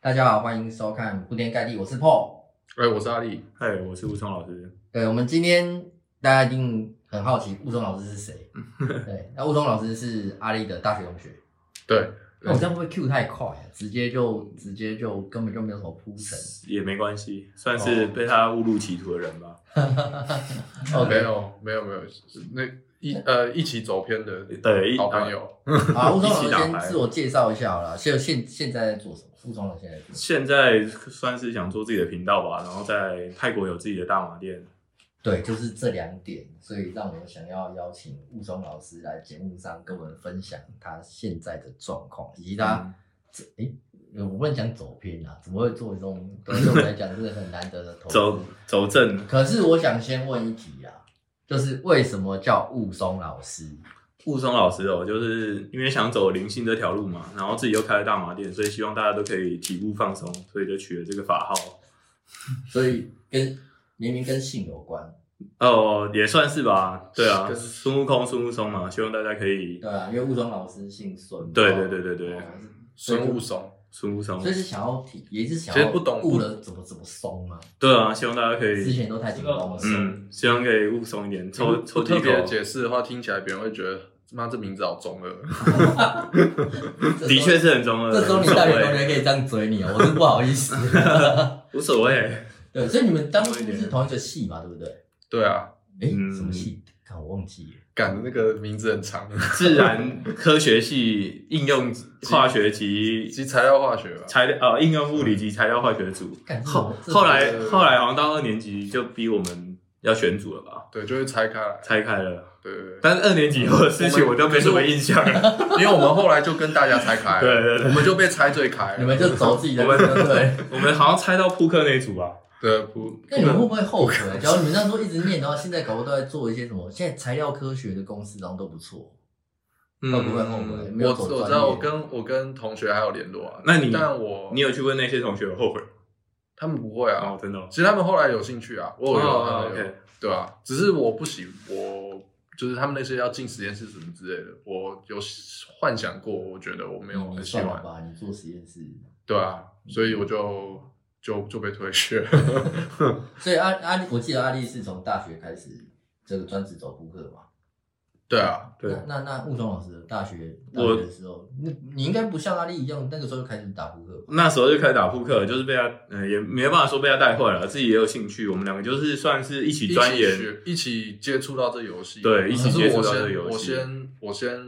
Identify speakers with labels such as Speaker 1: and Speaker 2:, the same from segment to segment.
Speaker 1: 大家好，欢迎收看铺天盖地，我是 Paul。
Speaker 2: 哎、我是阿力，
Speaker 3: 嗨，我是吴聪老师。
Speaker 1: 对，我们今天大家一定很好奇雾中老师是 谁？对，那雾中老师是阿力的大学同学。哦
Speaker 2: 对，
Speaker 1: 那我这样会不会 Q 太快、啊？直接就直接就根本就没有什么铺陈。
Speaker 3: 也没关系，算
Speaker 2: 哦
Speaker 3: 是被他误入歧途的人吧。
Speaker 2: 没
Speaker 1: OK，
Speaker 2: 有没有没有，是那一呃一起走偏的
Speaker 3: 对，一呃
Speaker 2: 好朋友，
Speaker 1: 好，雾中老
Speaker 3: 一
Speaker 1: 师
Speaker 3: 起打
Speaker 1: 先
Speaker 3: 牌
Speaker 1: 自我介绍一下好了，现现现在在做什么？雾中老师现在在做什么？
Speaker 3: 现在算是想做自己的频道吧，然后在泰国有自己的大马店。
Speaker 1: 对，就是这两点，所以让我想要邀请雾中老师来节目上跟我们分享他现在的状况，以及
Speaker 2: 啊
Speaker 3: 嗯
Speaker 1: 他这诶、呃我不能讲走偏啦，怎么会做这种对我们来讲是很难得的投
Speaker 3: 走
Speaker 1: 资。嗯
Speaker 3: 走正，
Speaker 1: 可是我想先问一题啦，就是为什么叫雾中老师？
Speaker 3: 雾松老师哦，就是因为想走灵性这条路嘛，然后自己又开了大麻店，所以希望大家都可以体悟放松，所以就取了这个法号。
Speaker 1: 所以跟明明跟性有关，
Speaker 3: 哦，也算是吧，对啊，
Speaker 2: 跟
Speaker 3: 孙悟空孙悟松嘛，希望大家可以
Speaker 1: 对啊，因为雾中老师姓孙嘛，
Speaker 3: 对对对对对
Speaker 1: 哦
Speaker 2: 孙悟松，
Speaker 3: 孙悟松
Speaker 1: 所以，是想要提，也是想
Speaker 2: 其
Speaker 1: 要
Speaker 2: 实不懂
Speaker 1: 悟了怎么怎么松嘛，
Speaker 3: 对啊，希望大家可
Speaker 1: 之
Speaker 3: 以
Speaker 1: 前都太紧绷了，
Speaker 3: 嗯，希望可以悟松一点，抽
Speaker 2: 不
Speaker 3: 抽
Speaker 2: 不
Speaker 3: 几
Speaker 2: 特
Speaker 3: 口
Speaker 2: 别。解释的话，听起来别人会觉得妈这名字好中二。
Speaker 1: 这时
Speaker 3: 的
Speaker 1: 候
Speaker 3: 确是很中二，
Speaker 1: 这时候你
Speaker 3: 无所
Speaker 1: 大学
Speaker 3: 谓
Speaker 1: 同学可以这样追你哦，我是不好意思。
Speaker 3: 无所谓，
Speaker 1: 对，所以你们当初是同一个系嘛，对不对？
Speaker 2: 对啊，
Speaker 1: 诶，
Speaker 3: 嗯
Speaker 1: 什么系？看我忘记了。
Speaker 2: 感的那个名字很 长，
Speaker 3: 自然科学系应用化学及
Speaker 2: 及材料化学吧。
Speaker 3: 材料呃应用物理及材料化学组。
Speaker 1: 干这
Speaker 3: 后
Speaker 1: 种这种
Speaker 3: 后来
Speaker 2: 这
Speaker 3: 后来好像到二年级就逼我们要选组了吧，
Speaker 2: 对，就会拆开来。
Speaker 3: 拆开了。
Speaker 2: 对对
Speaker 3: 但是二年级以后的事情我都没什么印象 了。
Speaker 2: 对， 因为我们后来就跟大家拆开了，
Speaker 3: 对对对
Speaker 2: 我们就被拆最开了。
Speaker 1: 你们就走自己的路，对不对？
Speaker 3: 我们好像拆到扑克那一组吧。
Speaker 2: 对不？
Speaker 1: 那你们会不会后悔？ 假如你们那时候一直念，然后现在搞不好都在做一些什么？现在材料科学的公司好像都不错，会不会后悔？
Speaker 2: 嗯
Speaker 1: 没
Speaker 2: 我
Speaker 1: 有走专业
Speaker 2: 我知道，我跟我跟同学还有联络啊。
Speaker 3: 那你
Speaker 2: 但我
Speaker 3: 你有去问那些同学有后悔？
Speaker 2: 他们不会啊
Speaker 3: 哦，，真的哦。
Speaker 2: 其实他们后来有兴趣啊，我有有他
Speaker 3: 哦
Speaker 2: 们有
Speaker 3: ，OK，
Speaker 2: 对啊，只是我不喜，我就是他们那些要进实验室什么之类的，我有幻想过，我觉得我没
Speaker 3: 嗯
Speaker 2: 有
Speaker 1: 你
Speaker 2: 很喜
Speaker 1: 算了
Speaker 2: 欢，
Speaker 1: 吧，你做实验室。
Speaker 2: 对啊，所以我就就就被退学。
Speaker 1: 所以阿阿，我记得阿丽是从大学开始这个专职走扑克嘛。
Speaker 2: 对啊，
Speaker 3: 对嗯
Speaker 1: 那那那雾中老师大学大
Speaker 3: 我
Speaker 1: 学的时候，那你应该不像阿丽一样，那个时候就开始打扑克吧。
Speaker 3: 那时候就开始打扑克，就是被他，嗯、也没办法说被他带坏了，自己也有兴趣。我们两个就是算是一
Speaker 2: 一
Speaker 3: 起
Speaker 2: 起
Speaker 3: 钻研，
Speaker 2: 学一起接触到这游戏，
Speaker 3: 对一
Speaker 1: 起
Speaker 2: 只是
Speaker 3: 接触
Speaker 2: 我
Speaker 3: 到
Speaker 2: 先
Speaker 3: 这游戏
Speaker 2: 我先我先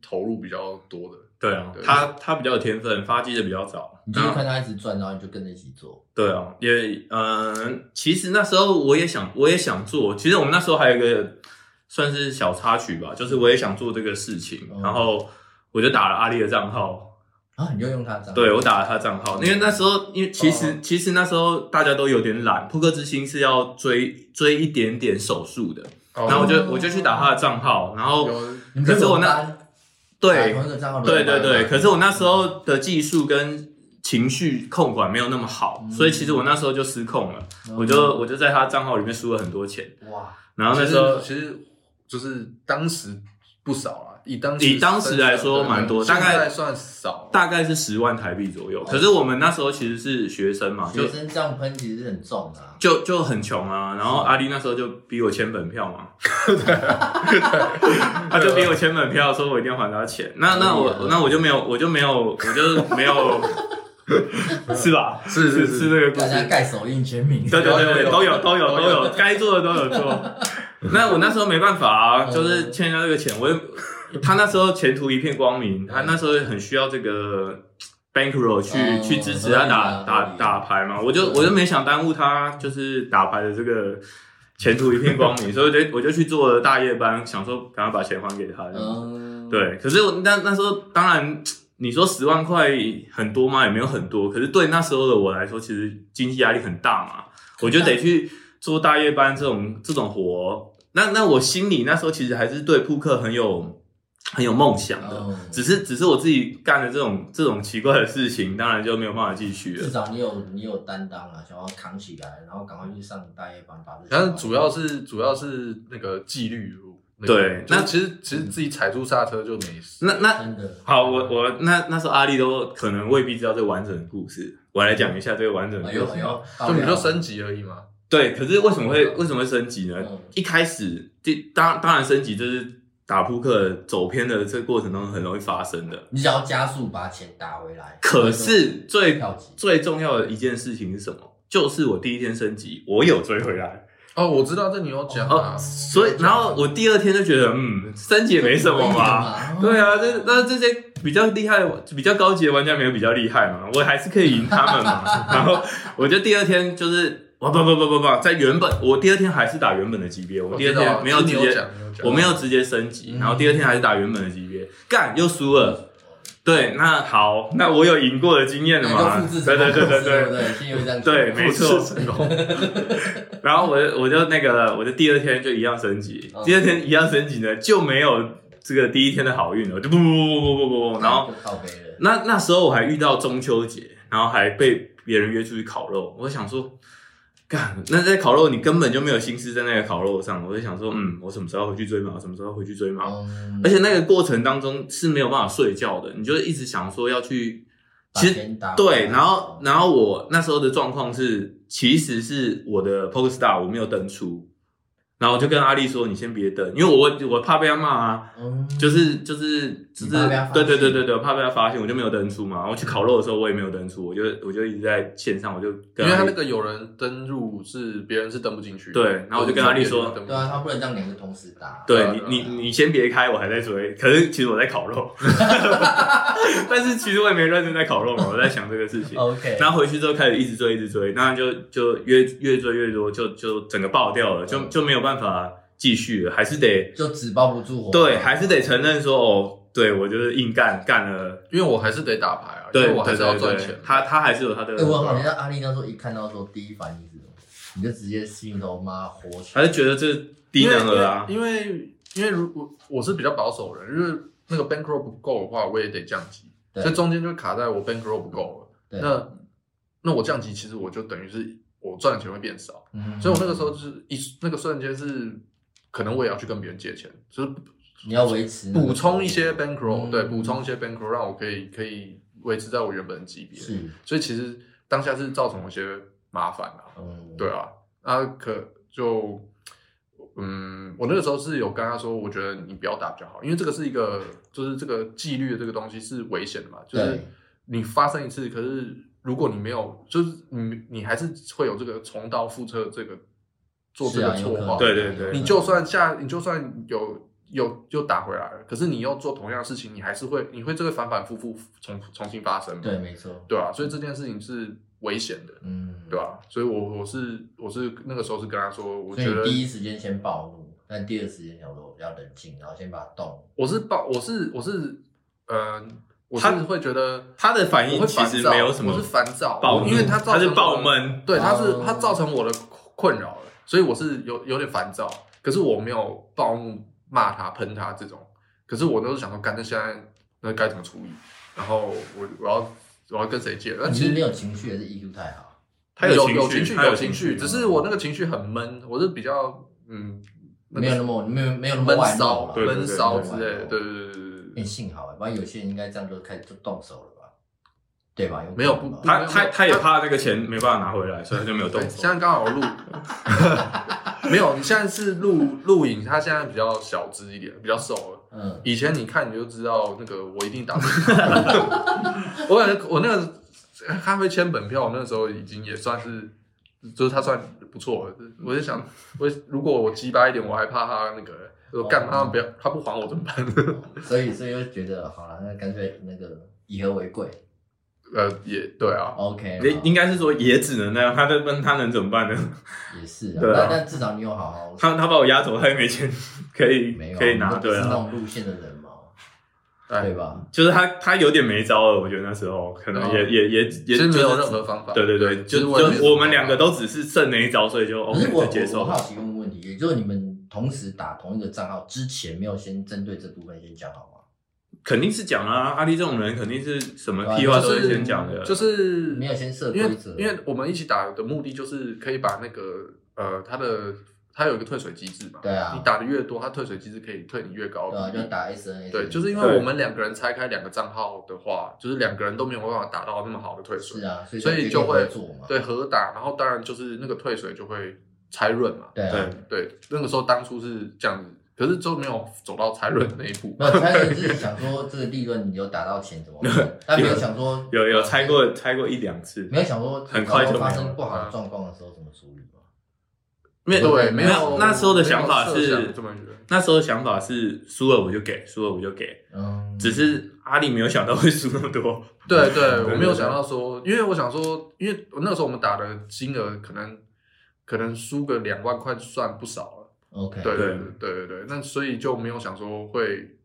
Speaker 2: 投入比较多的，
Speaker 3: 对啊，
Speaker 2: 对
Speaker 3: 他他比较有天分，发迹的比较早。
Speaker 1: 你就是看他一直赚，然后你就跟着一起做。
Speaker 3: 对啊，也嗯、其实那时候我也想，我也想做。其实我们那时候还有一个算是小插曲吧，就是我也想做这个事情，
Speaker 2: 哦
Speaker 1: 嗯
Speaker 3: 然后我就打了阿丽的账号，
Speaker 1: 啊，你就用他账。
Speaker 3: 对我打了他账号，因为那时候，因为其实、
Speaker 2: 哦
Speaker 3: 其实那时候大家都有点懒，扑克之星是要追追一点点手速的，然后我就我就去打他的账号，然后
Speaker 2: 哦有
Speaker 1: 你们就
Speaker 3: 可是我那
Speaker 1: 轮班
Speaker 3: 对
Speaker 1: 打同一个账号
Speaker 3: 对
Speaker 1: 轮班
Speaker 3: 对对，
Speaker 2: 嗯
Speaker 3: 可是我那时候的技术跟情绪控管没有那么好，
Speaker 1: 嗯
Speaker 3: 所以其实我那时候就失控了，
Speaker 1: 嗯
Speaker 3: 我就我就在他账号里面输了很多钱，
Speaker 1: 哇，
Speaker 3: 然后那
Speaker 2: 其
Speaker 3: 时候
Speaker 1: 嗯
Speaker 2: 实其实就是当时不少啦，以当时
Speaker 3: 以当时来说
Speaker 2: 对对
Speaker 3: 蛮多
Speaker 2: 现
Speaker 3: 大概
Speaker 2: 在算少，
Speaker 3: 大概是十万台币左
Speaker 1: 嗯
Speaker 3: 右，可是我们那时候其实是学生嘛，就
Speaker 1: 学生这样喷其实很重啊。
Speaker 3: 就就很穷啊，然后阿丽那时候就逼我签本票嘛， 他就逼我签本票，说我一定要还他钱。那那
Speaker 1: 可以啊
Speaker 3: 我那我就没有，我就没有，我就 没有，是吧？
Speaker 2: 是是是
Speaker 3: 是这个故
Speaker 1: 大家
Speaker 3: 事。
Speaker 1: 盖手印签名。
Speaker 3: 对对对对，都有都有
Speaker 2: 都有
Speaker 3: 都有，该做的都有做。那我那时候没办法啊，就是
Speaker 1: 哦
Speaker 3: 欠他这个钱，我也他那时候前途一片光明，他那时候很需要这个 bankroll 去、
Speaker 1: 嗯哦
Speaker 3: 去支持他
Speaker 1: 合
Speaker 3: 打
Speaker 1: 理啊
Speaker 3: 打
Speaker 1: 合理
Speaker 3: 打牌嘛，我就我就没想耽误他就是打牌的这个。前途一片光明，所以我就我就去做了大夜班，想说赶快把钱还给他。这样子
Speaker 1: 嗯，
Speaker 3: 对，可是我那那时候当然，你说十万块很多吗？也没有很多，可是对那时候的我来说，其实经济压力很大嘛，我就得去做大夜班这种这种活。那那我心里那时候其实还是对扑克很有很有梦想的，
Speaker 1: 哦
Speaker 3: 只是只是我自己干的这种这种奇怪的事情，当然就没有办法继续了
Speaker 1: 至。少你有你有担当啊，想要扛起来，然后赶快去上大夜班，把这。
Speaker 2: 但是主要是主要是那个纪律，那个
Speaker 3: 对
Speaker 2: 就是
Speaker 3: 那
Speaker 2: 其实其实自己踩住刹车就没事。
Speaker 3: 那那
Speaker 1: 真的
Speaker 3: 好，我我那那时候阿力都可能未必知道这完整的故事，我来讲一下这个完整的
Speaker 1: 哎
Speaker 3: 故
Speaker 1: 呦
Speaker 3: 事。
Speaker 1: 哎呦，
Speaker 2: 就你就升级而已嘛。
Speaker 3: 对，可是为什么会为什么会升级呢？
Speaker 1: 嗯
Speaker 3: 一开始第当当然升级就是打扑克走偏的这个过程中很容易发生的。
Speaker 1: 你只要加速把钱打回来。
Speaker 3: 可是最
Speaker 1: 跳级
Speaker 3: 最重要的一件事情是什么？就是我第一天升级，我有追回来
Speaker 2: 哦，我知道这你有讲
Speaker 3: 哦，
Speaker 2: 啊，
Speaker 3: 所以然后我第二天就觉得，嗯，升级也没什么 嘛。对啊，这那这些比较厉害、比较高级的玩家没有比较厉害嘛，我还是可以赢他们 嘛。然后我就第二天就是，哇不不不不不，在原本我第二天还是打原本的级别，我
Speaker 2: 我
Speaker 3: 第二
Speaker 2: 知道
Speaker 3: 天
Speaker 2: 啊
Speaker 3: 没有
Speaker 2: 这
Speaker 3: 直
Speaker 2: 你有
Speaker 3: 接，
Speaker 2: 讲，你有讲啊
Speaker 3: 我没有直接升级，
Speaker 1: 嗯
Speaker 3: 然后第二天还是打原本的级别，干又输了。对，那好，那我有赢过的经验
Speaker 1: 那
Speaker 3: 了
Speaker 1: 就
Speaker 3: 嘛
Speaker 1: 复？制
Speaker 3: 对
Speaker 1: 成
Speaker 3: 对
Speaker 1: 功
Speaker 3: 对对对
Speaker 1: 对不。对，先有这样
Speaker 3: 对，没错
Speaker 2: 复制成功。
Speaker 3: 然后我就我就那个，我就第二天就一样升级，
Speaker 1: 嗯
Speaker 3: 第二天一样升级呢，就没有这个第一天的好运了，就不不不不不不不。然后
Speaker 1: 就靠背了，
Speaker 3: 那那时候我还遇到中秋节，然后还被别人约出去烤肉，我想说。干，那在烤肉你根本就没有心思在那个烤肉上，我就想说，嗯，我什么时候回去追马，我什么时候回去追马，
Speaker 1: 嗯
Speaker 3: 而且那个过程当中是没有办法睡觉的，你就一直想说要去，
Speaker 1: 把
Speaker 3: 其实
Speaker 1: 钱打回来
Speaker 3: 对，然后然后我那时候的状况是，其实是我的 Poker Star 我没有登出，然后我就跟阿丽说，你先别登，因为我我怕被他骂啊，
Speaker 1: 嗯
Speaker 3: 就是就是就
Speaker 1: 你
Speaker 3: 是
Speaker 1: 怕被他发现
Speaker 3: 对对对对对，怕被他发现，我就没有登出嘛。我去烤肉的时候我也没有登出，我就我就一直在线上，我就
Speaker 2: 因
Speaker 3: 跟
Speaker 2: 为
Speaker 3: 阿
Speaker 2: 他
Speaker 3: 丽
Speaker 2: 那个有人登入是别人是登不进去的。
Speaker 3: 对然后我就跟阿丽
Speaker 2: 就是
Speaker 3: 说
Speaker 2: 别人登不
Speaker 1: 对
Speaker 2: 进去
Speaker 1: 啊，他不能让两个同时打，
Speaker 2: 呃
Speaker 3: 对你，你你先别开，我还在追。可是其实我在烤 肉， 但是其实我也没认真在烤肉嘛，我在想这个事
Speaker 2: 哦
Speaker 3: 情。
Speaker 1: ，OK，
Speaker 3: 然后回去之后开始一直追，一直追，那就就越越追越多，就就整个爆掉
Speaker 2: 嗯
Speaker 3: 了，就就没有办法继续了，还是得
Speaker 1: 就纸包不住火，
Speaker 3: 对，还是得承认说哦，对我就是硬干干了，
Speaker 2: 因为我还是得打牌啊，因
Speaker 3: 对，
Speaker 2: 为我还是要
Speaker 3: 对
Speaker 2: 赚
Speaker 3: 对
Speaker 2: 钱。
Speaker 3: 他他还是有他的
Speaker 1: 哎、，我好像阿丽那时候一看到说第一反应是什么，你就直接心里头妈火起来
Speaker 3: 还是觉得这低能儿啊，
Speaker 2: 因为因为因为如我我是比较保守的人，因为那个 bankroll 不够的话，我也得降级，
Speaker 1: 对
Speaker 2: 所以中间就卡在我 bankroll 不够了。
Speaker 1: 对
Speaker 2: 那那我降级，其实我就等于是我赚的钱会变少，
Speaker 1: 嗯
Speaker 2: 所以我那个时候就是一那个瞬间是，可能我也要去跟别人借钱，就是
Speaker 1: 你要维持那个
Speaker 2: 补充一些 bankroll，、
Speaker 1: 嗯
Speaker 2: 对，补充一些 bankroll，让我可以可以维持在我原本的级别。
Speaker 1: 是，
Speaker 2: 所以其实当下是造成我一些麻烦啊。
Speaker 1: 嗯，
Speaker 2: 对啊，那可就，嗯，我那个时候是有跟他说，我觉得你不要打比较好，因为这个是一个，就是这个纪律的这个东西是危险的嘛，就是
Speaker 1: 对
Speaker 2: 你发生一次，可是如果你没有，就是你你还是会有这个重蹈覆辙的这个做这
Speaker 1: 是
Speaker 2: 个
Speaker 1: 啊，有
Speaker 2: 错
Speaker 1: 可
Speaker 2: 话，
Speaker 1: 能
Speaker 3: 对对对
Speaker 2: 你就算下，你就算有。有又打回来了，可是你又做同样的事情，你还是会，你会这个反反复复重重新发生嘛？
Speaker 1: 对，没错，
Speaker 2: 对啊，所以这件事情是危险的。
Speaker 1: 嗯，
Speaker 2: 对吧、所以我我是我是那个时候是跟他说，我
Speaker 1: 所以
Speaker 2: 觉
Speaker 1: 你
Speaker 2: 得
Speaker 1: 第一时间先暴怒，但第二时间想说要冷静，然后先把它动，
Speaker 2: 我是抱我是我是呃，我是
Speaker 3: 他
Speaker 2: 会觉得
Speaker 3: 他的反
Speaker 2: 我
Speaker 3: 应
Speaker 2: 会
Speaker 3: 其
Speaker 2: 烦
Speaker 3: 实
Speaker 2: 躁，
Speaker 3: 没有什么
Speaker 2: 我是烦躁，
Speaker 3: 暴怒，
Speaker 2: 因为他造
Speaker 3: 他
Speaker 2: 成
Speaker 3: 是
Speaker 2: 我的
Speaker 3: 暴，闷，
Speaker 2: 对，他是
Speaker 1: 哦
Speaker 2: 他造成我的困扰了，所以我是有有点烦躁，可是我没有暴怒骂他喷他这种，可是我都是想说，干那现在那该怎么处理，然后我我要我要跟谁借，那
Speaker 1: 你
Speaker 2: 其
Speaker 1: 是
Speaker 2: 实
Speaker 1: 没有情绪还是 EQ 太好？
Speaker 3: 他有
Speaker 2: 有
Speaker 3: 情绪
Speaker 2: 情绪
Speaker 3: 他有
Speaker 2: 有情
Speaker 3: 情
Speaker 2: 绪，
Speaker 3: 绪
Speaker 2: 只是我那个情绪很闷，我是比较嗯，那
Speaker 1: 没
Speaker 2: 个
Speaker 1: 有那么没有没有那么
Speaker 2: 闷
Speaker 1: 外露
Speaker 2: 骚
Speaker 1: 了，
Speaker 3: 对对
Speaker 2: 闷骚之
Speaker 1: 没有
Speaker 2: 类
Speaker 1: 那么外
Speaker 2: 的，
Speaker 1: 露
Speaker 2: 对对对对对
Speaker 1: 哎
Speaker 2: 对。
Speaker 1: 幸好、不然有些人应该这样就开始就动手了吧？对吧？
Speaker 2: 没有
Speaker 1: 可能吧
Speaker 2: 不
Speaker 3: 他他他也怕那个钱没办法拿回来，所以他就没有动
Speaker 2: 对，
Speaker 3: 手
Speaker 2: 现。在刚好录， 没有，你现在是录录影，他现在比较小只一点，比较瘦了。
Speaker 1: 嗯，
Speaker 2: 以前你看你就知道那个我一定打不赢他， 我感觉我那个他会签本票，我那个时候已经也算是，就是他算不错了。我就想，我如果我鸡巴一点，我还怕他那个，我干嘛不要他不还我怎么办？
Speaker 1: 所以所以就觉得好了，那干脆那个以和为贵
Speaker 2: 呃，也对啊，
Speaker 1: ，OK 啦。
Speaker 3: 应应该是说也只能那样，他在问他能怎么办呢？
Speaker 1: 也是啊，
Speaker 3: 对
Speaker 1: 但
Speaker 3: 啊
Speaker 1: 但至少你有好好，
Speaker 3: 他他把我压走，他也没钱可以
Speaker 1: 没有
Speaker 3: 可以
Speaker 1: 你
Speaker 3: 拿，
Speaker 1: 都不
Speaker 3: 对
Speaker 1: 是那
Speaker 3: 啊，
Speaker 1: 种路线的人嘛，
Speaker 2: 哎
Speaker 1: 对吧？
Speaker 3: 就是他他有点没招了，我觉得那时候可能
Speaker 2: 哦
Speaker 3: 也也也
Speaker 2: 其
Speaker 3: 也
Speaker 2: 实
Speaker 3: 就
Speaker 2: 没有
Speaker 3: 是
Speaker 2: 任何方法。
Speaker 3: 对对对，
Speaker 2: 其
Speaker 3: 就
Speaker 2: 实
Speaker 3: 就
Speaker 2: 也没有
Speaker 3: 我们两个
Speaker 2: 什么
Speaker 3: 都只是剩那一招，所以就
Speaker 1: 可是
Speaker 3: OK
Speaker 1: 我
Speaker 3: 就接
Speaker 1: 我
Speaker 3: 受
Speaker 1: 我。好奇问个问题，也就是你们同时打同一个账号之前，没有先针对这部分先讲好
Speaker 3: 肯定是讲啊，阿丽这种人肯定是什么
Speaker 1: 对啊
Speaker 3: 屁
Speaker 1: 我
Speaker 3: 话
Speaker 1: 们
Speaker 3: 都
Speaker 2: 就是是
Speaker 3: 先讲的，
Speaker 2: 就是
Speaker 1: 吗？没有先设
Speaker 2: 因
Speaker 1: 规
Speaker 2: 为
Speaker 1: 则，
Speaker 2: 因为我们一起打的目的就是可以把那个呃他的它有一个退水机制嘛。
Speaker 1: 对啊
Speaker 2: 你打的越多，它退水机制可以退你越高
Speaker 1: 对
Speaker 2: 的
Speaker 1: 啊，
Speaker 2: 比
Speaker 1: 就
Speaker 2: 例。
Speaker 1: 打 S N S，
Speaker 2: 对，就是因为我们两个人拆开两个账号的话，就是两个人都没有办法打到那么好的退水
Speaker 1: 是。啊，所以
Speaker 2: 所以就会
Speaker 1: 合作嘛，
Speaker 2: 对，合打，然后当然就是那个退水就会拆润嘛。
Speaker 1: 对啊
Speaker 3: 对，
Speaker 2: 对，那个时候当初是这样子，可是就没有走到拆润那一步。
Speaker 1: 没有，他就是想说这个利润你有打到钱怎 么办？他没有想说
Speaker 3: 有有拆，过拆过一两次，
Speaker 1: 没有想说
Speaker 3: 很快就没有啊
Speaker 1: 发生不好的状况的时候怎么处理吗？
Speaker 3: 没有
Speaker 2: 对，
Speaker 1: 没
Speaker 2: 没
Speaker 1: 有
Speaker 2: 有
Speaker 3: 那时候的想法
Speaker 2: 没有设
Speaker 3: 是
Speaker 2: 想这么远。
Speaker 3: 那时候的想法是输了我就给，输了我就给，
Speaker 1: 嗯，
Speaker 3: 只是阿里没有想到会输那么多。
Speaker 2: 对对，
Speaker 3: 对
Speaker 2: 我没有想到说，因为我想说，因为我那时候我们打的金额可能可能输个两万块算不少了。
Speaker 1: OK，
Speaker 2: 对
Speaker 3: 对
Speaker 2: 对对对对对，那所以就没有想说会，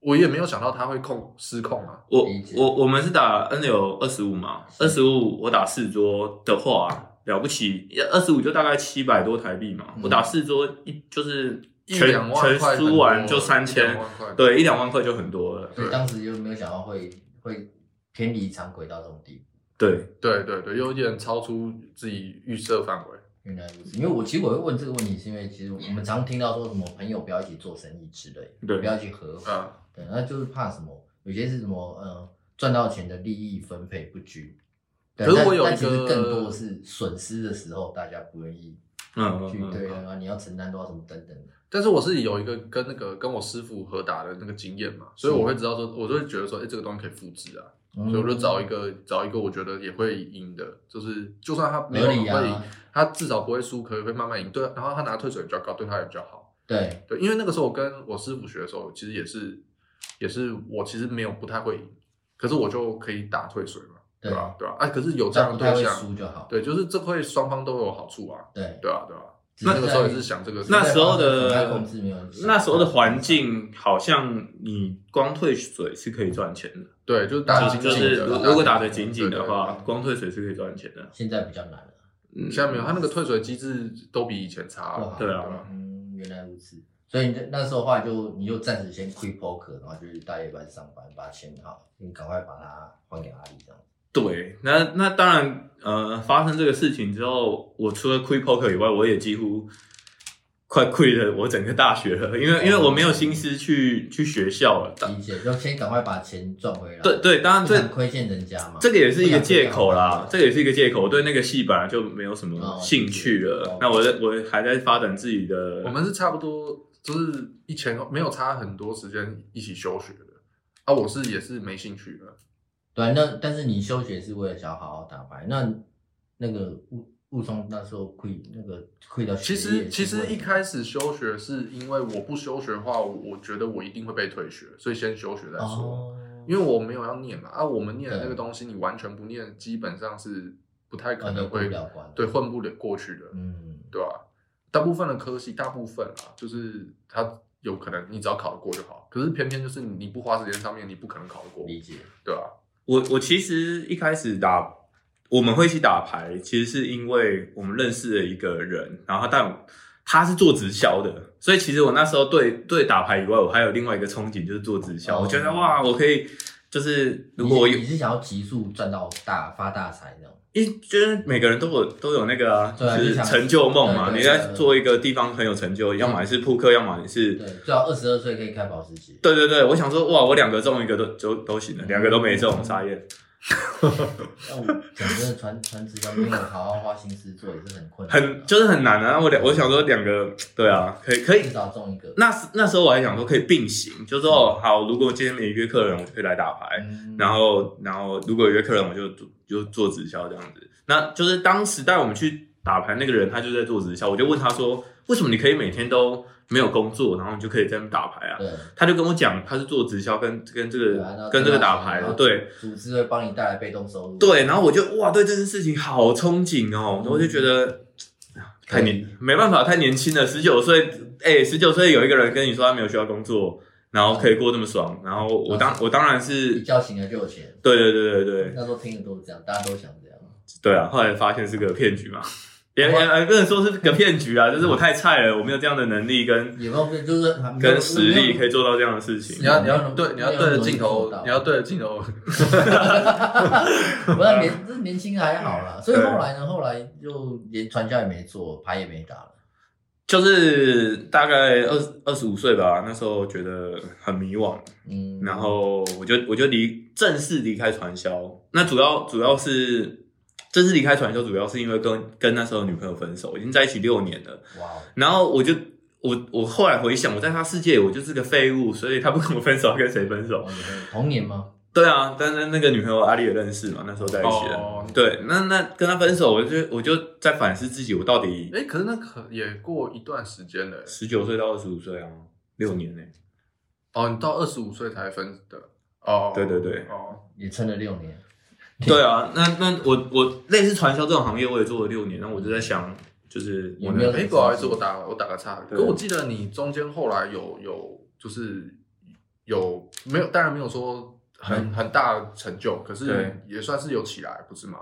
Speaker 2: 我也没有想到他会控失控啊。
Speaker 3: 我
Speaker 1: 理解
Speaker 3: 我我们是打 N 流二十五嘛，二十五我打四桌的话了不起，二十五就大概七百多台币嘛，
Speaker 1: 嗯
Speaker 3: 我打四桌一就是
Speaker 2: 一
Speaker 3: 全
Speaker 2: 两万
Speaker 3: 全
Speaker 2: 块很
Speaker 3: 输
Speaker 2: 多
Speaker 3: 完就
Speaker 2: 了
Speaker 3: 三
Speaker 2: 一两
Speaker 3: 千，
Speaker 2: 万块
Speaker 3: 对，一两万块就很多了，
Speaker 1: 所以当时就没有想到会会偏离常轨到这种地步。
Speaker 3: 对，
Speaker 2: 对对对，有点超出自己预设范围。
Speaker 1: 原来如此，因为我其实我会问这个问题，是因为其实我们常听到说什么朋友不要一起做生意之类，
Speaker 3: 对
Speaker 1: 不要去合伙，
Speaker 2: 嗯啊，
Speaker 1: 对，那就是怕什么，有些是什么，呃，赚到钱的利益分配不均。对
Speaker 2: 可是
Speaker 1: 但
Speaker 2: 我有
Speaker 1: 但
Speaker 2: 一
Speaker 1: 其实
Speaker 2: 个
Speaker 1: 更多的是损失的时候，大家不愿意
Speaker 3: 嗯嗯
Speaker 1: 去
Speaker 3: 嗯
Speaker 1: 对啊，你要承担多少什么等等的。
Speaker 2: 但是我是有一个跟那个跟我师傅合打的那个经验嘛，所以我会知道说，我就会觉得说，哎、这个东西可以复制啊，
Speaker 1: 嗯
Speaker 2: 所以我就找一个找一个我觉得也会赢的，就是就算他没有
Speaker 1: 合理
Speaker 2: 会赢
Speaker 1: 啊，，
Speaker 2: 他至少不会输，可能会慢慢赢。对，啊然后他拿退水比较高，对他也比较好。
Speaker 1: 对，
Speaker 2: 对，因为那个时候我跟我师傅学的时候，其实也是也是我其实没有不太会赢，可是我就可以打退水嘛，对
Speaker 1: 对
Speaker 2: 吧、对吧、啊？可是有这
Speaker 1: 只要
Speaker 2: 样
Speaker 1: 不
Speaker 2: 的
Speaker 1: 太
Speaker 2: 对
Speaker 1: 会
Speaker 2: 象，
Speaker 1: 输就好。
Speaker 2: 对，就是这会双方都有好处啊，
Speaker 1: 对，
Speaker 2: 对啊，对啊。
Speaker 1: 只
Speaker 2: 那
Speaker 1: 在
Speaker 2: 个时候也是想这个事情，
Speaker 3: 那时候的
Speaker 1: 只在控制没有嗯
Speaker 3: 那时候的环境好像你光退水是可以赚钱的，
Speaker 2: 对，就是打得
Speaker 1: 啊
Speaker 2: 紧
Speaker 3: 就
Speaker 2: 紧的，
Speaker 3: 是如如果打得
Speaker 2: 紧
Speaker 3: 紧
Speaker 2: 紧
Speaker 3: 紧
Speaker 2: 的
Speaker 3: 的话，光退水是可以赚钱的。
Speaker 1: 现在比较难了。
Speaker 3: 嗯
Speaker 2: 现在没有，他那个退水机制都比以前差
Speaker 1: 哇
Speaker 2: 了，
Speaker 3: 对啊
Speaker 2: 吧
Speaker 1: 嗯，原来如此。所以你就那时候话就你就暂时先 quit poker，然后就去大夜班上班，把钱好，你赶快把它还给阿里这样。
Speaker 3: 对，那那当然，呃，发生这个事情之后，我除了 quit poker 以外，我也几乎快 quit 了我整个大学了，因为因为我没有心思去去学校了。当
Speaker 2: 嗯
Speaker 1: 理解，就先赶快把钱赚回来。
Speaker 3: 对，对，当然
Speaker 1: 不想
Speaker 3: 这
Speaker 1: 亏欠人家嘛。
Speaker 3: 这个也是一个借口啦
Speaker 1: 不想，
Speaker 3: 这个也是一个借口。我对那个戏本来就没有什么
Speaker 1: 哦
Speaker 3: 兴趣
Speaker 1: 哦
Speaker 3: 了，那我在我还在发展自己的。
Speaker 2: 我们是差不多，就是以前没有差很多时间一起休学的。啊，我是也是没兴趣的，
Speaker 1: 对，啊那但是你休学是为了想要好好打牌，那那个雾雾凇那时候 quit 那个 quit 到学
Speaker 2: 其
Speaker 1: 业
Speaker 2: 实
Speaker 1: 是
Speaker 2: 其实
Speaker 1: 为
Speaker 2: 一开始休学是因为我不休学的话，我我觉得我一定会被退学，所以先休学再说。
Speaker 1: 哦，
Speaker 2: 因为我没有要念嘛，啊，我们念的那个
Speaker 1: 对
Speaker 2: 东西，你完全不念，基本上是不太可
Speaker 1: 完全
Speaker 2: 能
Speaker 1: 过不
Speaker 2: 会
Speaker 1: 了关。
Speaker 2: 对，混不了过去的。
Speaker 1: 嗯，
Speaker 2: 对啊吧、大部分的科系，大部分啊，就是它有可能你只要考得过就好，可是偏偏就是你不花时间上面，你不可能考得过，
Speaker 1: 理解。
Speaker 2: 对啊吧、
Speaker 3: 我我其实一开始打我们会一起打牌，其实是因为我们认识了一个人，然后但我他是做直销的，所以其实我那时候对对打牌以外，我还有另外一个憧憬就是做直销。
Speaker 1: 哦
Speaker 3: 我觉得哇，我可以就是如果我
Speaker 1: 你
Speaker 3: 有
Speaker 1: 是，你是想要急速赚到大发大财那种。
Speaker 3: 因就是每个人都有都有那个啊，
Speaker 1: 对啊
Speaker 3: 就
Speaker 1: 就是想
Speaker 3: 成就梦嘛。
Speaker 1: 对
Speaker 3: 你
Speaker 1: 对对嗯
Speaker 3: 在做一个地方很有成就，要么你是扑克，要么你是
Speaker 1: 对，最好二十二岁可以开保时捷。
Speaker 3: 对对对，我想说哇，我两个中一个都都都行了，两个都没中，
Speaker 1: 嗯
Speaker 3: 傻眼。
Speaker 1: 那我讲真的，传传直销没有好好花心思做也是很困难的，
Speaker 3: 很就是很难啊。我两我想说两个，对啊，可以可以
Speaker 1: 至少中一个。
Speaker 3: 那时那时候我还想说可以并行，就说哦好，如果今天没约客人，我就可以来打牌，
Speaker 1: 嗯
Speaker 3: 然后然后如果有约客人，我就做就做直销这样子。那就是当时带我们去打牌那个人，他就在做直销，我就问他说，为什么你可以每天都没有工作，然后你就可以在那边打牌啊？
Speaker 1: 对，
Speaker 3: 他就跟我讲，他是做直销跟跟这
Speaker 1: 对啊
Speaker 3: 个跟这个打牌的，对，，
Speaker 1: 然后组织会帮你带来被动收入。
Speaker 3: 对，然后我就哇，对这件事情好憧憬哦，然后我就觉得。
Speaker 1: 嗯
Speaker 3: 太年没办法，太年轻了，十九岁，哎、1十九岁有一个人跟你说他没有需要工作，然后可以过这么爽，然后我
Speaker 1: 嗯
Speaker 3: 当我当然
Speaker 1: 一
Speaker 3: 是，
Speaker 1: 觉醒来就有钱。
Speaker 3: 对对对对对
Speaker 1: 那时候听的都是这样，大家都想这样。
Speaker 3: 对啊，后来发现是个骗局嘛，也也呃也不能说是个骗局啊，就是我太菜了，我没有这样的能力跟
Speaker 1: 也没有，就是还没有
Speaker 3: 跟实力可
Speaker 1: 以。
Speaker 3: 以做到这样的事情
Speaker 2: 你。要你
Speaker 1: 没
Speaker 2: 要
Speaker 1: 有
Speaker 2: 对你要
Speaker 1: 没有
Speaker 2: 对着
Speaker 1: 能力
Speaker 2: 镜头
Speaker 1: 做到，
Speaker 2: 你要对着镜头，
Speaker 1: 不然年这年轻还好啦，所以后来呢，后来就连传销也没做，牌也没打了。
Speaker 3: 就是大概二二十五岁吧，那时候觉得很迷惘，
Speaker 1: 嗯，
Speaker 3: 然后我就我就离正式离开传销。那主要主要是正式离开传销，主要是因为跟跟那时候的女朋友分手，已经在一起六年了。
Speaker 1: 哇哦，
Speaker 3: 然后我就我我后来回想，我在他世界我就是个废物，所以他不跟我分手，要跟谁分手？
Speaker 1: 童年吗？
Speaker 3: 对啊，但是那个女朋友阿丽也认识嘛，那时候在一起的。
Speaker 2: 哦，
Speaker 3: 对，那那跟他分手，我就我就在反思自己，我到底
Speaker 2: 哎，可是那可也过一段时间了。
Speaker 3: 十九岁到二十五岁啊，六年呢、
Speaker 2: 哦，你到二十五岁才分的。哦，
Speaker 3: 对对对
Speaker 2: 哦，
Speaker 1: 也撑了六 年，
Speaker 3: 对啊，那那我我类似传销这种行业，我也做了六年，那我就在想，就是我
Speaker 1: 有没有
Speaker 3: 能
Speaker 2: 哎，不好意思，我打我打个岔。
Speaker 3: 对
Speaker 2: 可我记得你中间后来有有就是有没有？当然没有说很很大的成就，可是
Speaker 3: 对
Speaker 2: 也算是有起来，不是吗？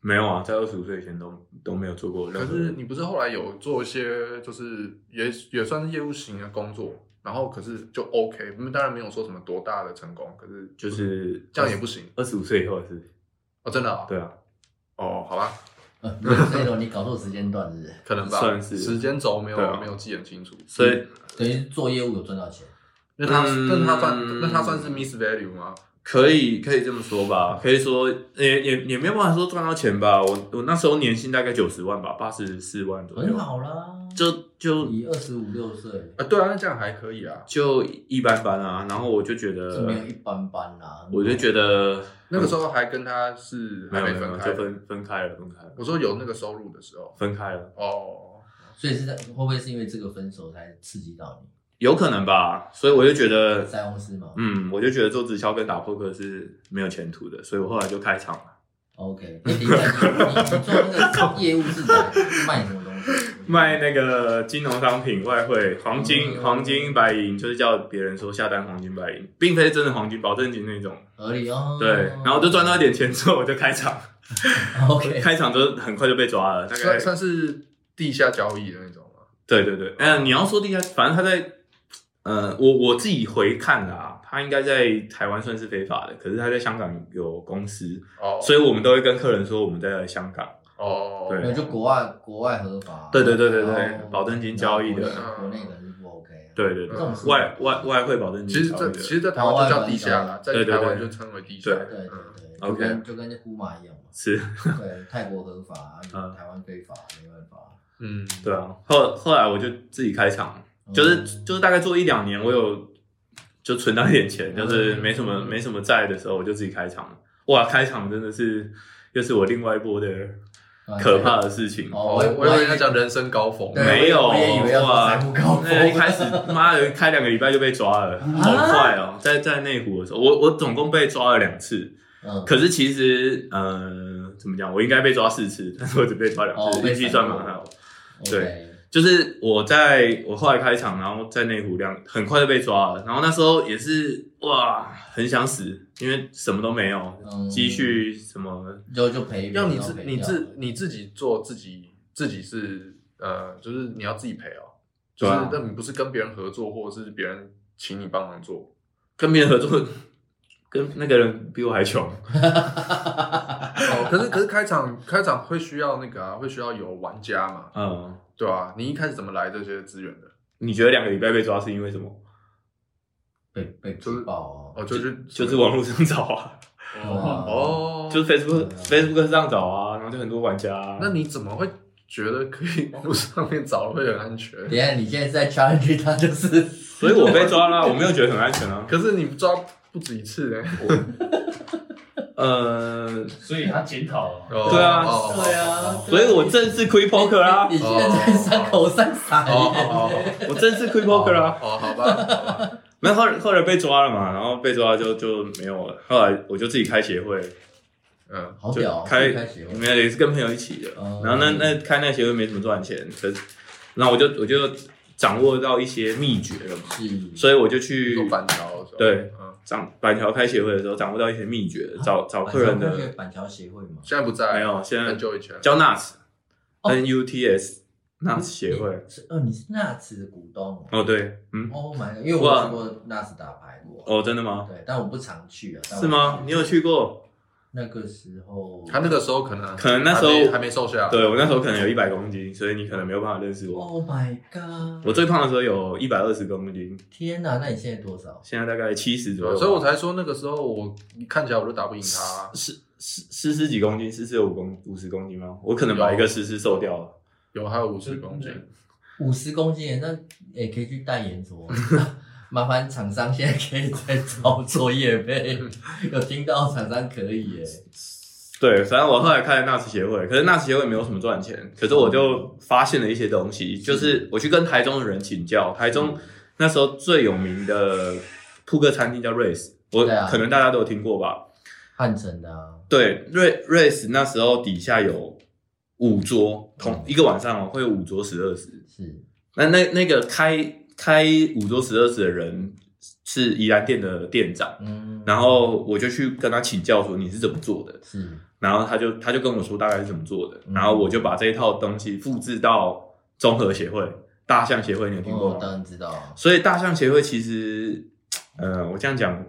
Speaker 3: 没有啊，在二十五岁以前都都没有做过
Speaker 2: 可
Speaker 3: 任何。
Speaker 2: 是你不是后来有做一些，就是也也算是业务型的工作，然后可是就 OK，当嗯然没有说什么多大的成功，可是
Speaker 3: 就是
Speaker 2: 这样也不行
Speaker 3: 二十五岁以后也是
Speaker 2: 哦，真的、哦，
Speaker 3: 对啊，
Speaker 2: 哦，好吧，
Speaker 1: 呃，所以说你搞错时间段是 不是？
Speaker 2: 可能吧，
Speaker 3: 算是
Speaker 2: 时间轴没有、
Speaker 3: 对啊
Speaker 2: 没有记得很清楚，
Speaker 3: 所以
Speaker 1: 等于做业务有赚到钱，
Speaker 2: 那他、
Speaker 3: 嗯
Speaker 2: 那他算那他算是 miss value 吗？
Speaker 3: 可以可以这么说吧，可以说也也也没有办法说赚到钱吧。我我那时候年薪大概九十万吧，八十四万左
Speaker 1: 很
Speaker 3: 右，
Speaker 1: 好啦。
Speaker 3: 就就
Speaker 1: 你二十五六岁，
Speaker 2: 啊，对啊，那这样还可以啊。
Speaker 3: 就一般般啊。然后我就觉
Speaker 1: 是没有
Speaker 3: 得，
Speaker 1: 一般般啦。
Speaker 3: 我就觉得
Speaker 2: 那个时候还跟他是
Speaker 3: 嗯没
Speaker 2: 还
Speaker 3: 有没
Speaker 2: 没
Speaker 3: 有没
Speaker 2: 分
Speaker 3: 有
Speaker 2: 开
Speaker 3: 就，分分开了，分开了，
Speaker 2: 我说有那个收入的时候，
Speaker 3: 分开了，
Speaker 2: 哦，
Speaker 1: 所以是在会不会是因为这个分手才刺激到你？
Speaker 3: 有可能吧。所以我就觉得，
Speaker 1: 塞翁失马。
Speaker 3: 呃嗯，我就觉得做直销跟打扑克是没有前途的，所以我后来就开场了，
Speaker 1: OK，那等一下你你你做那个业务是来卖什么东西？
Speaker 3: 卖那个金融商品、外汇、黄金、
Speaker 1: 嗯
Speaker 3: 黄金、白银，就是叫别人说下单黄金、白银，并非真的黄金、保证金那种。
Speaker 1: 合理
Speaker 2: 嗯
Speaker 1: 哦。
Speaker 3: 对，然后就赚到一点钱之后，我就开 场，
Speaker 1: OK，
Speaker 3: 开场就很快就被抓了，大概
Speaker 2: 算算是地下交易的那种吗？
Speaker 3: 对对对，嗯、你要说地下，反正他在，呃，我我自己回看啦，他应该在台湾算是非法的，可是他在香港有公司，
Speaker 2: 哦，
Speaker 3: 所以我们都会跟客人说我们在香港。
Speaker 2: 哦，
Speaker 3: 对
Speaker 1: 没有就国外国外合法。
Speaker 3: 对对对对对
Speaker 1: 然后
Speaker 3: 保证金交易的
Speaker 1: 然后国内国内可能是不 OK。啊
Speaker 3: 对对
Speaker 1: 这
Speaker 3: 对，
Speaker 1: 种是
Speaker 3: 外外外汇保证
Speaker 2: 其
Speaker 3: 金
Speaker 2: 实
Speaker 3: 交易的。
Speaker 2: 这其实，在台湾就叫地下啦，在
Speaker 3: 对对
Speaker 2: 台
Speaker 3: 对
Speaker 2: 湾就称为地下。
Speaker 1: 对对
Speaker 2: 嗯
Speaker 1: 对，就
Speaker 3: OK
Speaker 1: 跟就跟那呼马一样嘛。
Speaker 3: 是
Speaker 1: 对，泰国合法，
Speaker 3: 嗯
Speaker 1: 台湾非法，没办法。
Speaker 2: 嗯，
Speaker 3: 对啊。后后来我就自己开场，就是
Speaker 1: 嗯
Speaker 3: 就是大概做一两年，我有就存到一点钱，
Speaker 2: 嗯
Speaker 3: 就是没什么没什么债的时候，我就自己开场。哇，开场真的是又是我另外一波的可怕的事情。
Speaker 1: 哦，
Speaker 2: 哦，
Speaker 1: 我
Speaker 2: 我以为
Speaker 1: 在
Speaker 2: 在讲人生高峰，
Speaker 1: 对
Speaker 3: 没有
Speaker 1: 我也以为要说
Speaker 3: 哇
Speaker 1: 财富高峰
Speaker 3: 那一开始妈的开两个礼拜就被抓了，
Speaker 2: 啊
Speaker 3: 好快哦！在在内湖的时候，我我总共被抓了两次，
Speaker 1: 嗯，
Speaker 3: 可是其实呃怎么讲，我应该被抓四次，但是我只被抓两
Speaker 1: 哦
Speaker 3: 次，
Speaker 1: 被
Speaker 3: 运气算蛮好。对
Speaker 1: OK，
Speaker 3: 就是我在我后来开场，然后在内湖两很快就被抓了，然后那时候也是哇很想死，因为什么都没有
Speaker 1: 嗯，
Speaker 3: 积蓄什么
Speaker 1: 就就赔一赔，
Speaker 2: 要你
Speaker 1: 然后
Speaker 2: 自
Speaker 1: 赔
Speaker 2: 你
Speaker 1: 掉
Speaker 2: 自你自己做自己自己是呃，就是你要自己赔哦，就
Speaker 3: 对
Speaker 2: 是
Speaker 3: 啊
Speaker 2: 那你不是跟别人合作，或者是别人请你帮忙做，
Speaker 3: 跟别人合作， 跟那个人比我还穷，
Speaker 2: 哦，可是可是开场开场会需要那个啊，会需要有玩家嘛，
Speaker 3: 嗯。
Speaker 2: 对啊，你一开始怎么来这些资源的？
Speaker 3: 你觉得两个礼拜被抓是因为什么？
Speaker 1: 被被举报哦，
Speaker 2: 哦，就是
Speaker 3: 就是网络上找啊，
Speaker 2: 哦，
Speaker 3: 就是
Speaker 1: 对
Speaker 3: Facebook
Speaker 1: 啊
Speaker 3: Facebook 上找啊，然后就很多玩家、啊。
Speaker 2: 那你怎么会觉得可以网络上面找会很安全
Speaker 1: 等？一下你现在是在 challenge 他，就是
Speaker 3: 所以我被抓啦、我没有觉得很安全啊。
Speaker 2: 可是你抓不止一次呢。
Speaker 3: 呃，
Speaker 4: 所以他检讨了。
Speaker 2: 哦
Speaker 3: 对啊
Speaker 2: 哦
Speaker 1: 对啊
Speaker 2: 哦
Speaker 3: 所以我正式 quit poker 啊啦、
Speaker 1: 你你现在在山口上
Speaker 3: 啊
Speaker 1: 撒
Speaker 2: 哦
Speaker 1: 野，
Speaker 2: 哦哦
Speaker 3: 我正式 quit poker 啊啦、
Speaker 2: 哦，哦好吧，好吧，
Speaker 3: 那后来后来被抓了嘛，然后被抓就就没有了。后来我就自己开协会，
Speaker 2: 嗯，
Speaker 1: 好
Speaker 3: 就
Speaker 1: 屌哦，
Speaker 3: 开
Speaker 1: 开始
Speaker 3: 没有也是跟朋友一起的。
Speaker 1: 哦
Speaker 3: 然后那那开那协会没怎么赚钱，可是那我就我就掌握到一些秘诀了嘛，
Speaker 1: 是
Speaker 3: 所以我就去
Speaker 2: 做板桥的时候，
Speaker 3: 对，
Speaker 2: 嗯，
Speaker 3: 掌板桥开协会的时候掌握到一些秘诀，找找客人的
Speaker 1: 哎板桥协会嘛，
Speaker 2: 现在不在，
Speaker 3: 没有，现在
Speaker 2: 很久以前，
Speaker 3: 叫 NUTS
Speaker 1: 哦
Speaker 3: N U T S NUTS 协会。
Speaker 1: 是哦，你是纳斯的股东
Speaker 3: 哦，对，嗯，
Speaker 1: ，Oh my god，因为我有去过纳斯打牌过，
Speaker 3: 哦，真的吗？
Speaker 1: 对，但我不常去啊，但我
Speaker 3: 是吗？你有去过？
Speaker 1: 那个时候
Speaker 2: 他那个时候可能
Speaker 3: 可能那时候
Speaker 2: 还没还没瘦下来，
Speaker 3: 对我那时候可能有一百公斤，所以你可能没有办法认识我。
Speaker 1: ，Oh my god！
Speaker 3: 我最胖的时候有一百二十公斤，
Speaker 1: 天哪，那你现在多少？
Speaker 3: 现在大概七十左右吧，
Speaker 2: 所以我才说那个时候我看起来我就打不赢他啊、
Speaker 3: 十十十十几公斤，十十有五公五十公斤吗？我可能把一个十十瘦掉了。
Speaker 2: 有还有五十公斤，
Speaker 1: 五十公斤耶，那也、可以去代言什么？ 麻烦厂商现在可以再找我做业呗， 有听到厂商可以耶。
Speaker 3: 对，反正我后来开了纳斯协会，可是纳斯协会没有什么赚钱，可是我就发现了一些东西，就是我去跟台中的人请教，台中那时候最有名的扑克餐厅叫 Race，我
Speaker 1: 对啊
Speaker 3: 可能大家都有听过吧？
Speaker 1: 汉城的啊，
Speaker 3: 对，Race Race 那时候底下有五桌，同一个晚上哦会有五桌十二十，
Speaker 1: 是
Speaker 3: 那那那个开开五桌十二十的人是宜兰店的店长，
Speaker 1: 嗯，
Speaker 3: 然后我就去跟他请教说你是怎么做的，
Speaker 1: 是
Speaker 3: 然后他就他就跟我说大概是怎么做的，
Speaker 1: 嗯
Speaker 3: 然后我就把这一套东西复制到综合协会、大象协会，你有听过
Speaker 1: 我
Speaker 3: 吗？
Speaker 1: 当然知道啊，
Speaker 3: 所以大象协会其实，呃，我这样讲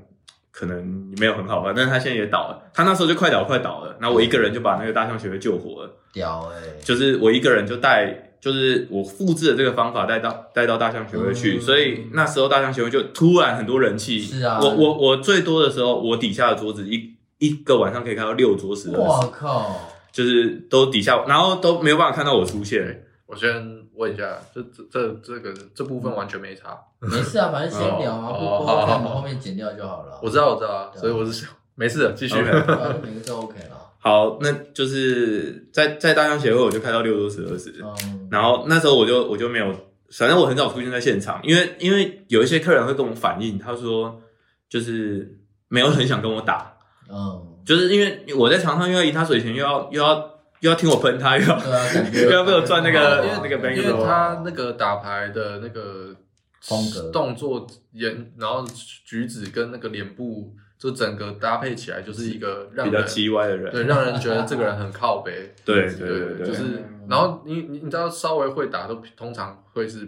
Speaker 3: 可能没有很好吧，但是他现在也倒了，他那时候就快倒快倒了，那我一个人就把那个大象协会救活了，
Speaker 1: 屌哎、
Speaker 3: 就是我一个人就带。就是我复制的这个方法带到带到大象协会去，
Speaker 1: 嗯
Speaker 3: 所以那时候大象协会就突然很多人气。
Speaker 1: 是啊
Speaker 3: 我我我最多的时候，我底下的桌子一一个晚上可以看到六桌十二桌
Speaker 1: 我靠，
Speaker 3: 就是都底下，然后都没有办法看到我出现。
Speaker 2: 我先问一下，这这这这个这部分完全没差，
Speaker 1: 没事啊，反正闲聊嘛，
Speaker 2: 哦
Speaker 1: 不
Speaker 2: 哦
Speaker 1: 播
Speaker 2: 好好
Speaker 1: 看
Speaker 2: 好
Speaker 1: 我们后面剪掉就好了。
Speaker 2: 我知道我知道啊，
Speaker 1: 对啊
Speaker 2: 所以我是想没事的，继 续。
Speaker 3: OK
Speaker 1: 反正每个都 OK 了。
Speaker 3: 好，那就是在在大象协会，我就开到六多十二十，
Speaker 1: 嗯，
Speaker 3: 然后那时候我就我就没有，反正我很少出现在现场，因为因为有一些客人会跟我反映，他说就是没有很想跟我打，
Speaker 1: 嗯，
Speaker 3: 就是因为我在场上又要赢他水钱，又要又要又要听我喷他，又要
Speaker 1: 对啊，感觉哦
Speaker 3: 又要被我赚那个
Speaker 1: 感觉
Speaker 3: 那个
Speaker 2: 因
Speaker 3: bank
Speaker 2: 为
Speaker 3: roll
Speaker 2: 他那个打牌的那个
Speaker 1: 风格
Speaker 2: 动作、言，然后举止跟那个脸部，就整个搭配起来，就是一个让
Speaker 3: 比较
Speaker 2: 人
Speaker 3: 叽歪的人。
Speaker 2: 对，让人觉得这个人很靠北。
Speaker 3: 对对
Speaker 2: 对
Speaker 3: 对对，
Speaker 2: 就是
Speaker 1: 嗯，
Speaker 2: 然后你你你知道，稍微会打都通常会是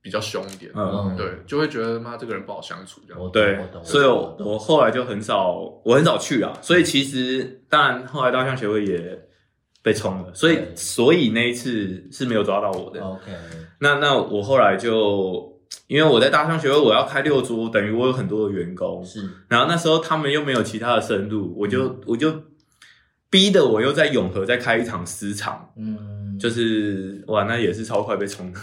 Speaker 2: 比较凶一点，
Speaker 3: 嗯，
Speaker 1: 嗯
Speaker 2: 对，就会觉得妈这个人不好相处这样。
Speaker 1: 我
Speaker 3: 对
Speaker 1: 懂我，懂
Speaker 3: 所以
Speaker 1: 我
Speaker 3: 我
Speaker 1: 懂
Speaker 3: 我后来就很少，我很少去啊。所以其实当然后来大象协会也被冲了，所以
Speaker 1: 对嗯
Speaker 3: 所以那一次是没有抓到我的。
Speaker 1: OK，
Speaker 3: 那那我后来就因为我在大象协会，我要开六桌，等于我有很多的员工，
Speaker 1: 是
Speaker 3: 然后那时候他们又没有其他的深入，我就我就逼得我又在永和再开一场私场，
Speaker 1: 嗯，
Speaker 3: 就是哇，那也是超快被冲的。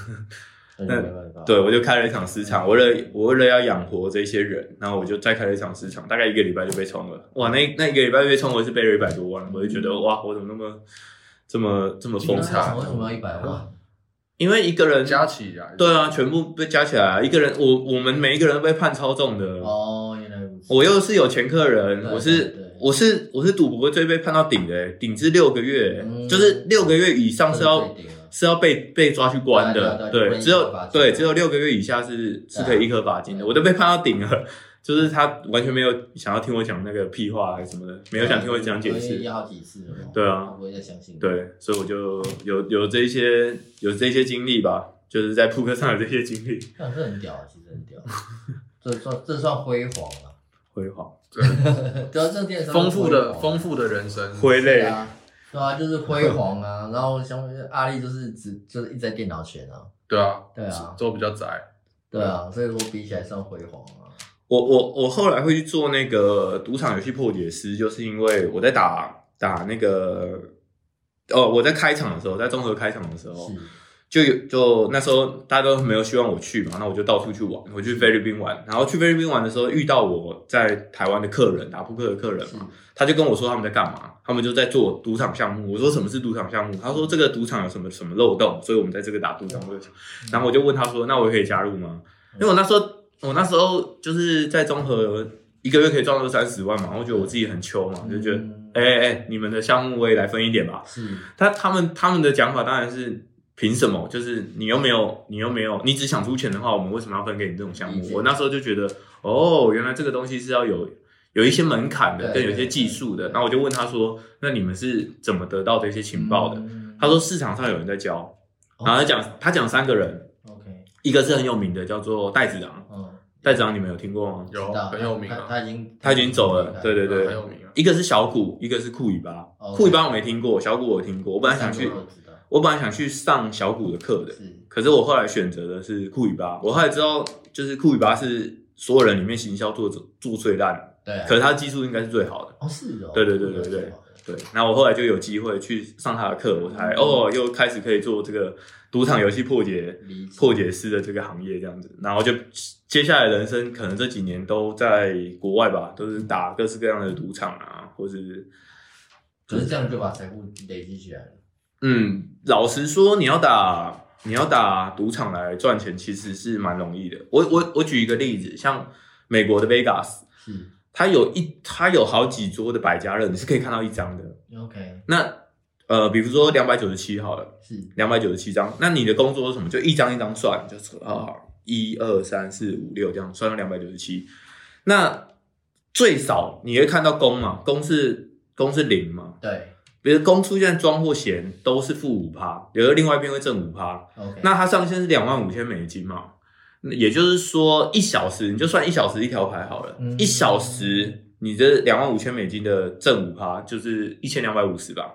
Speaker 1: 那没办法，
Speaker 3: 对，我就开了一场市场，我为了我为了要养活这些人，然后我就再开了一场市场，大概一个礼拜就被冲了。哇，那那一个礼拜被冲，我是背了一百多万，我就觉得哇，我怎么那么这么这么
Speaker 1: 那
Speaker 3: 疯
Speaker 1: 为什
Speaker 3: 差
Speaker 1: 么？为什么要一百万？
Speaker 3: 因为一个人
Speaker 2: 加起来，
Speaker 3: 对啊，全部被加起来，一个人我我们每一个人都被判超重的。
Speaker 1: 哦，原来如此。
Speaker 3: 嗯我又是有前科人，
Speaker 1: 对
Speaker 3: 我
Speaker 1: 对
Speaker 3: 是
Speaker 1: 对
Speaker 3: 我是我是赌博最被判到顶的、欸顶至六个月，
Speaker 1: 嗯
Speaker 3: 就是六个月以上是要
Speaker 1: 这是最顶了
Speaker 3: 是要被被抓去关的，
Speaker 1: 对啊对啊
Speaker 3: 对，只有
Speaker 1: 不能一颗罚金
Speaker 3: 对只有六个月以下是是可以一颗罚金的，
Speaker 1: 对啊
Speaker 3: 我都被判到顶了，就是他完全没有想要听我讲那个屁话啊还是什么的，没有想听我讲解
Speaker 1: 因为
Speaker 3: 释，
Speaker 1: 要好几次了嘛，
Speaker 3: 对啊
Speaker 1: 他不会再相信。，
Speaker 3: 对，所以我就有有这一些有这些经历吧，就是在扑克上有这些经历，
Speaker 1: 那这很屌啊，其实很屌，这算这算辉煌了。
Speaker 3: 辉煌
Speaker 1: 对啊，这电
Speaker 2: 丰富的丰富的人生，
Speaker 3: 挥
Speaker 1: 对
Speaker 3: 泪，
Speaker 1: 啊，对啊，就是辉煌啊。然后像阿力就是只就是一直在电脑前啊，
Speaker 2: 对啊，
Speaker 1: 对啊
Speaker 2: 都比较窄，
Speaker 1: 对啊，所以我比起来算辉煌啊。
Speaker 3: 我我我后来会去做那个赌场游戏破解师，就是因为我在打打那个哦，我在开场的时候，在综合开场的时候。
Speaker 1: 是，
Speaker 3: 就有就那时候大家都没有希望我去嘛，那我就到处去玩，我去菲律宾玩，然后去菲律宾玩的时候遇到我在台湾的客人，打扑克的客人
Speaker 1: 是
Speaker 3: 嘛，他就跟我说他们在干嘛，他们就在做赌场项目。我说什么是赌场项目？他说这个赌场有什么什么漏洞，所以我们在这个打赌场
Speaker 1: 嗯
Speaker 3: 漏洞。然后我就问他说，那我也可以加入吗？因为我那时候我那时候就是在综合一个月可以赚到三十万嘛，然后我觉得我自己很穷嘛，就觉得
Speaker 1: 嗯
Speaker 3: 哎哎、哎你们的项目我也来分一点吧。
Speaker 1: 是
Speaker 3: 他他们他们的讲法当然是凭什么？就是你又没有，你又没有，你只想出钱的话，我们为什么要分给你这种项
Speaker 1: 理
Speaker 3: 目？
Speaker 1: 解
Speaker 3: 我那时候就觉得，哦，原来这个东西是要有有一些门槛的，
Speaker 1: 对
Speaker 3: 跟有一些技术的。
Speaker 1: 对
Speaker 3: 然后我就问他说，那你们是怎么得到这些情报的？
Speaker 1: 嗯
Speaker 3: 他说市场上有人在教，
Speaker 1: 哦
Speaker 3: 然后他讲他讲三个人，
Speaker 1: OK，
Speaker 3: 一个是很有名的，叫做戴子郎，
Speaker 1: 嗯，
Speaker 3: 戴长你们有听过吗？
Speaker 2: 有
Speaker 1: 知道
Speaker 2: 很有名
Speaker 1: 他
Speaker 2: 啊，
Speaker 1: 他已经
Speaker 3: 他已经走了，对对对
Speaker 2: 很，有名啊。
Speaker 3: 一个是小谷，一个是库里巴
Speaker 1: 哦。
Speaker 3: 库里巴我没听过，小谷我有听过。我本来想
Speaker 1: 三
Speaker 3: 去
Speaker 1: 个，我知道
Speaker 3: 我本来想去上小谷的课的，
Speaker 1: 是
Speaker 3: 可是我后来选择的是库里巴。我后来知道，就是库里巴是所有人里面行销做做最烂的，
Speaker 1: 对啊
Speaker 3: 可是他技术应该是最好的。
Speaker 1: 哦是哦，
Speaker 3: 对对对对对对，那我后来就有机会去上他的课，我才哦，又开始可以做这个赌场游戏破解
Speaker 1: 理解
Speaker 3: 破解师的这个行业这样子，然后就接下来人生可能这几年都在国外吧，都是打各式各样的赌场啊，或是
Speaker 1: 可是这样就把财富累积起来了，
Speaker 3: 嗯，老实说，你要打你要打赌场来赚钱，其实是蛮容易的。我我我举一个例子，像美国的 Vegas，
Speaker 1: 是
Speaker 3: 它有一它有好几桌的百家乐，你是可以看到一张的。
Speaker 1: OK
Speaker 3: 那呃，比如说两百九十七好了。
Speaker 1: 是
Speaker 3: 两百九十七张。那你的工作是什么？就一张一张算，就是啊，一二三四五六这样算到两百九十七。那最少你会看到公嘛，公是公是零嘛，
Speaker 1: 对
Speaker 3: 比如公出现庄或闲都是负五趴，有的另外一边会正五趴。
Speaker 1: OK
Speaker 3: 那它上限是两万五千美金嘛，那也就是说一小时你就算一小时一条牌好了，
Speaker 1: 嗯
Speaker 3: 一小时你这两万五千美金的正五趴就是一千两百五十吧，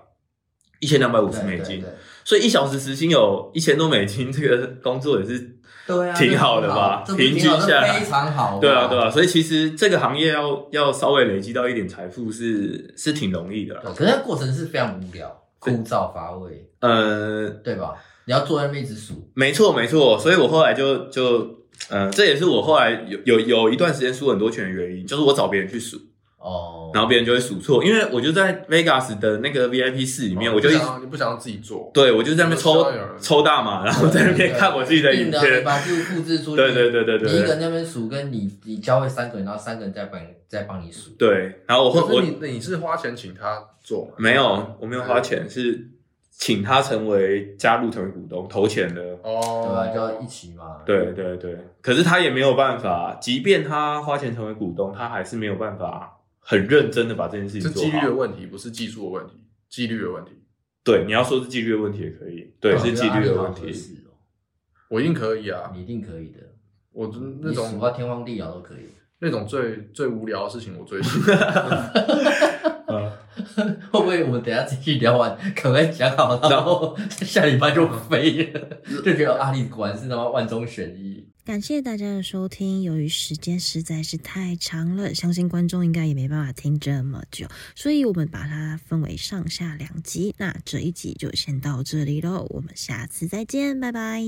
Speaker 3: 一千两百五十
Speaker 1: 对
Speaker 3: 美金。
Speaker 1: 对
Speaker 3: 所以一小时时薪有一千多美金，这个工作也是
Speaker 1: 对啊，
Speaker 3: 挺好的吧
Speaker 1: 这不是挺好
Speaker 3: 平均下来
Speaker 1: 这非常好，
Speaker 3: 对啊对啊。所以其实这个行业要要稍微累积到一点财富是是挺容易的啦。
Speaker 1: 对，可是那过程是非常无聊、枯燥乏味，
Speaker 3: 呃，
Speaker 1: 对吧？你要坐在那边一直数，
Speaker 3: 没错没错，所以我后来就就呃，这也是我后来有有有一段时间输很多钱的原因，就是我找别人去数，
Speaker 1: 哦，
Speaker 3: 然后别人就会数错，因为我就在 Vegas 的那个 VIP 室里面，
Speaker 2: 哦
Speaker 3: 我就一
Speaker 2: 你
Speaker 3: 直
Speaker 2: 不想要你不想要自己做，
Speaker 3: 对我就在那
Speaker 2: 我
Speaker 3: 边抽
Speaker 2: 知道有人
Speaker 3: 抽大麻，然后在那边看我自己的影
Speaker 1: 对对
Speaker 3: 片
Speaker 1: 对，啊把字复制出去，
Speaker 3: 对对对对对
Speaker 1: 你一个
Speaker 3: 对
Speaker 1: 人在那边数，跟你你教会三个人，然后三个人再帮你再帮你数，
Speaker 3: 对，然后我
Speaker 2: 可
Speaker 3: 后
Speaker 2: 是
Speaker 3: 我
Speaker 2: 你你是花钱请他做吗？
Speaker 3: 没有，我没有花钱，是请他成为加入成为股东投钱的。
Speaker 1: 对吧？就
Speaker 2: 哦
Speaker 1: 一，起嘛，
Speaker 3: 对对对，可是他也没有办法，即便他花钱成为股东，他还是没有办法很认真的把这件事
Speaker 2: 是
Speaker 3: 情做
Speaker 2: 纪律的
Speaker 3: 好。
Speaker 2: 问题，不是技术的问题，纪律的问题。
Speaker 3: 对，你要说是纪律的问题也可以，
Speaker 2: 啊
Speaker 3: 对，
Speaker 1: 我觉
Speaker 3: 是
Speaker 1: 得
Speaker 3: 纪律的
Speaker 1: 阿力
Speaker 3: 问
Speaker 1: 好合
Speaker 3: 题。
Speaker 1: 适哦，
Speaker 2: 我一定可以啊，
Speaker 1: 你一定可以的，
Speaker 2: 我就那
Speaker 1: 你数
Speaker 2: 种
Speaker 1: 到天荒地老都可以。
Speaker 2: 那种最最无聊的事情，我最喜欢。
Speaker 3: 嗯，
Speaker 1: 会不会我们等一下继续聊完，赶快讲好，然后下礼拜就飞了，就觉得阿力果然是他妈万中选一。
Speaker 4: 感谢大家的收听。由于时间实在是太长了，相信观众应该也没办法听这么久，所以我们把它分为上下两集。那这一集就先到这里喽，我们下次再见，拜拜。